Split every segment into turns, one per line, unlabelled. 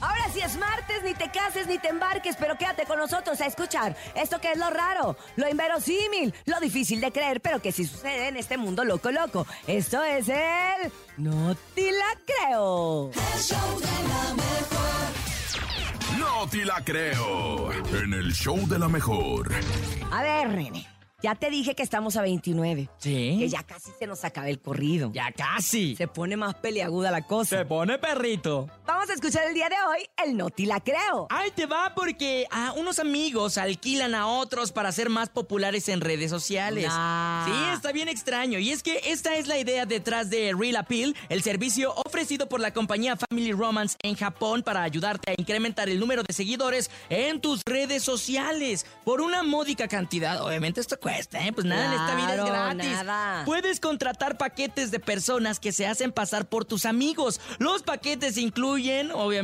Ahora sí es martes, ni te cases ni te embarques, pero quédate con nosotros a escuchar esto que es lo raro, lo inverosímil, lo difícil de creer, pero que sí sucede en este mundo loco loco. Esto es el No te la creo.
No te la creo. En el show de la mejor.
A ver, René, ya te dije que estamos a 29, que
Sí.
ya casi se nos acaba el corrido.
Ya casi.
Se pone más peliaguda la cosa.
Se pone perrito.
Vamos a escuchar el día de hoy el No te la creo.
Ahí te va porque a unos amigos alquilan a otros para ser más populares en redes sociales.
Nah.
Sí, está bien extraño. Y es que esta es la idea detrás de Real Appeal, el servicio ofrecido por la compañía Family Romance en Japón para ayudarte a incrementar el número de seguidores en tus redes sociales por una módica cantidad. Obviamente esto cuesta, ¿eh? Pues nada, en esta vida es
Claro,
gratis.
nada.
Puedes contratar paquetes de personas que se hacen pasar por tus amigos. Los paquetes incluyen,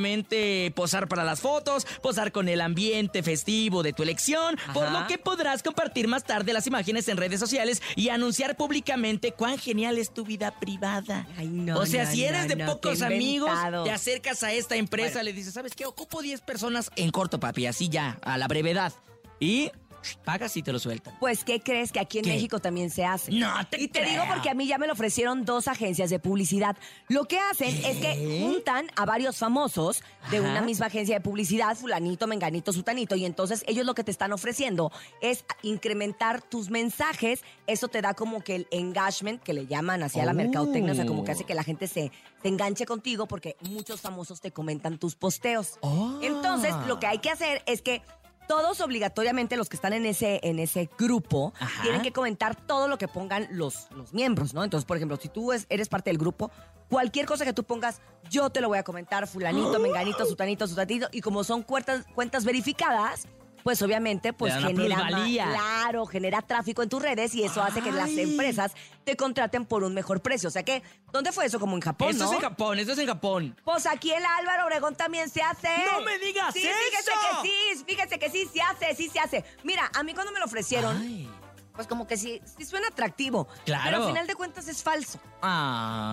obviamente, posar para las fotos, posar con el ambiente festivo de tu elección, por
Ajá.
lo que podrás compartir más tarde las imágenes en redes sociales y anunciar públicamente cuán genial es tu vida privada.
Ay, no,
o sea,
no,
si eres
no,
de
no,
pocos
qué
amigos,
inventado.
te acercas a esta empresa, le dices, ¿sabes qué? Ocupo 10 personas en corto, papi, así ya, a la brevedad. Y sh, pagas y te lo sueltan.
Pues, ¿qué crees que aquí en
¿Qué?
México también se hace?
No te
Y te digo
creo.
porque a mí ya me lo ofrecieron dos agencias de publicidad. Lo que hacen es que
¿Qué?
juntan a varios famosos de
Ajá.
una misma agencia de publicidad, fulanito, menganito, sutanito, y entonces ellos lo que te están ofreciendo es incrementar tus mensajes. Eso te da como que el engagement que le llaman hacia la
Oh.
mercadotecnia, o sea, como que hace que la gente se, se enganche contigo porque muchos famosos te comentan tus posteos.
Ah.
Entonces, lo que hay que hacer es que todos obligatoriamente los que están en ese, en ese grupo
Ajá.
tienen que comentar todo lo que pongan los, los miembros, ¿no? Entonces, por ejemplo, si tú es- eres parte del grupo, cualquier cosa que tú pongas, yo te lo voy a comentar, fulanito, menganito, sutanito, sutanito, y como son cuentas, cuentas verificadas, pues obviamente pues
dan una
genera ma-
plusvalía.
claro, genera tráfico en tus redes y eso hace que las
Ay.
empresas te contraten por un mejor precio. O sea que, ¿dónde fue eso? Como en Japón,
Esto
¿no?
es en Japón, esto es en Japón.
Pues aquí el Álvaro Obregón también se hace.
¡No me digas
sí,
eso!
Fíjese que sí, fíjese que sí se hace, sí se hace. Mira, a mí cuando me lo ofrecieron,
Ay.
pues como que sí, sí suena atractivo.
Claro.
Pero al final de cuentas es falso.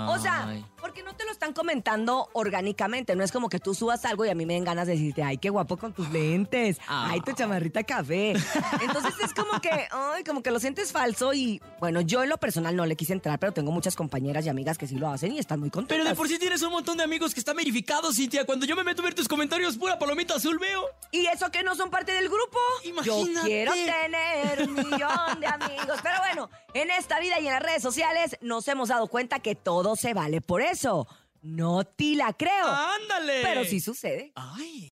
O sea,
Ay.
porque no te lo están comentando orgánicamente. No es como que tú subas algo y a mí me den ganas de decirte, ay, qué guapo con tus lentes. Ay,
Ah.
tu chamarrita café. Entonces es como que, ay, como que lo sientes falso y, bueno, yo en lo personal no le quise entrar, pero tengo muchas compañeras y amigas que sí lo hacen y están muy contentas.
Pero de por sí tienes un montón de amigos que están verificados, Cintia. Cuando yo me meto a ver tus comentarios, pura palomita azul veo.
¿Y eso que no son parte del grupo? Yo
Imagínate.
quiero tener un millón de amigos. Pero bueno, en esta vida y en las redes sociales nos hemos dado cuenta que todo se vale por eso. No te la creo,
¡Ándale!
pero sí sucede.
Ay.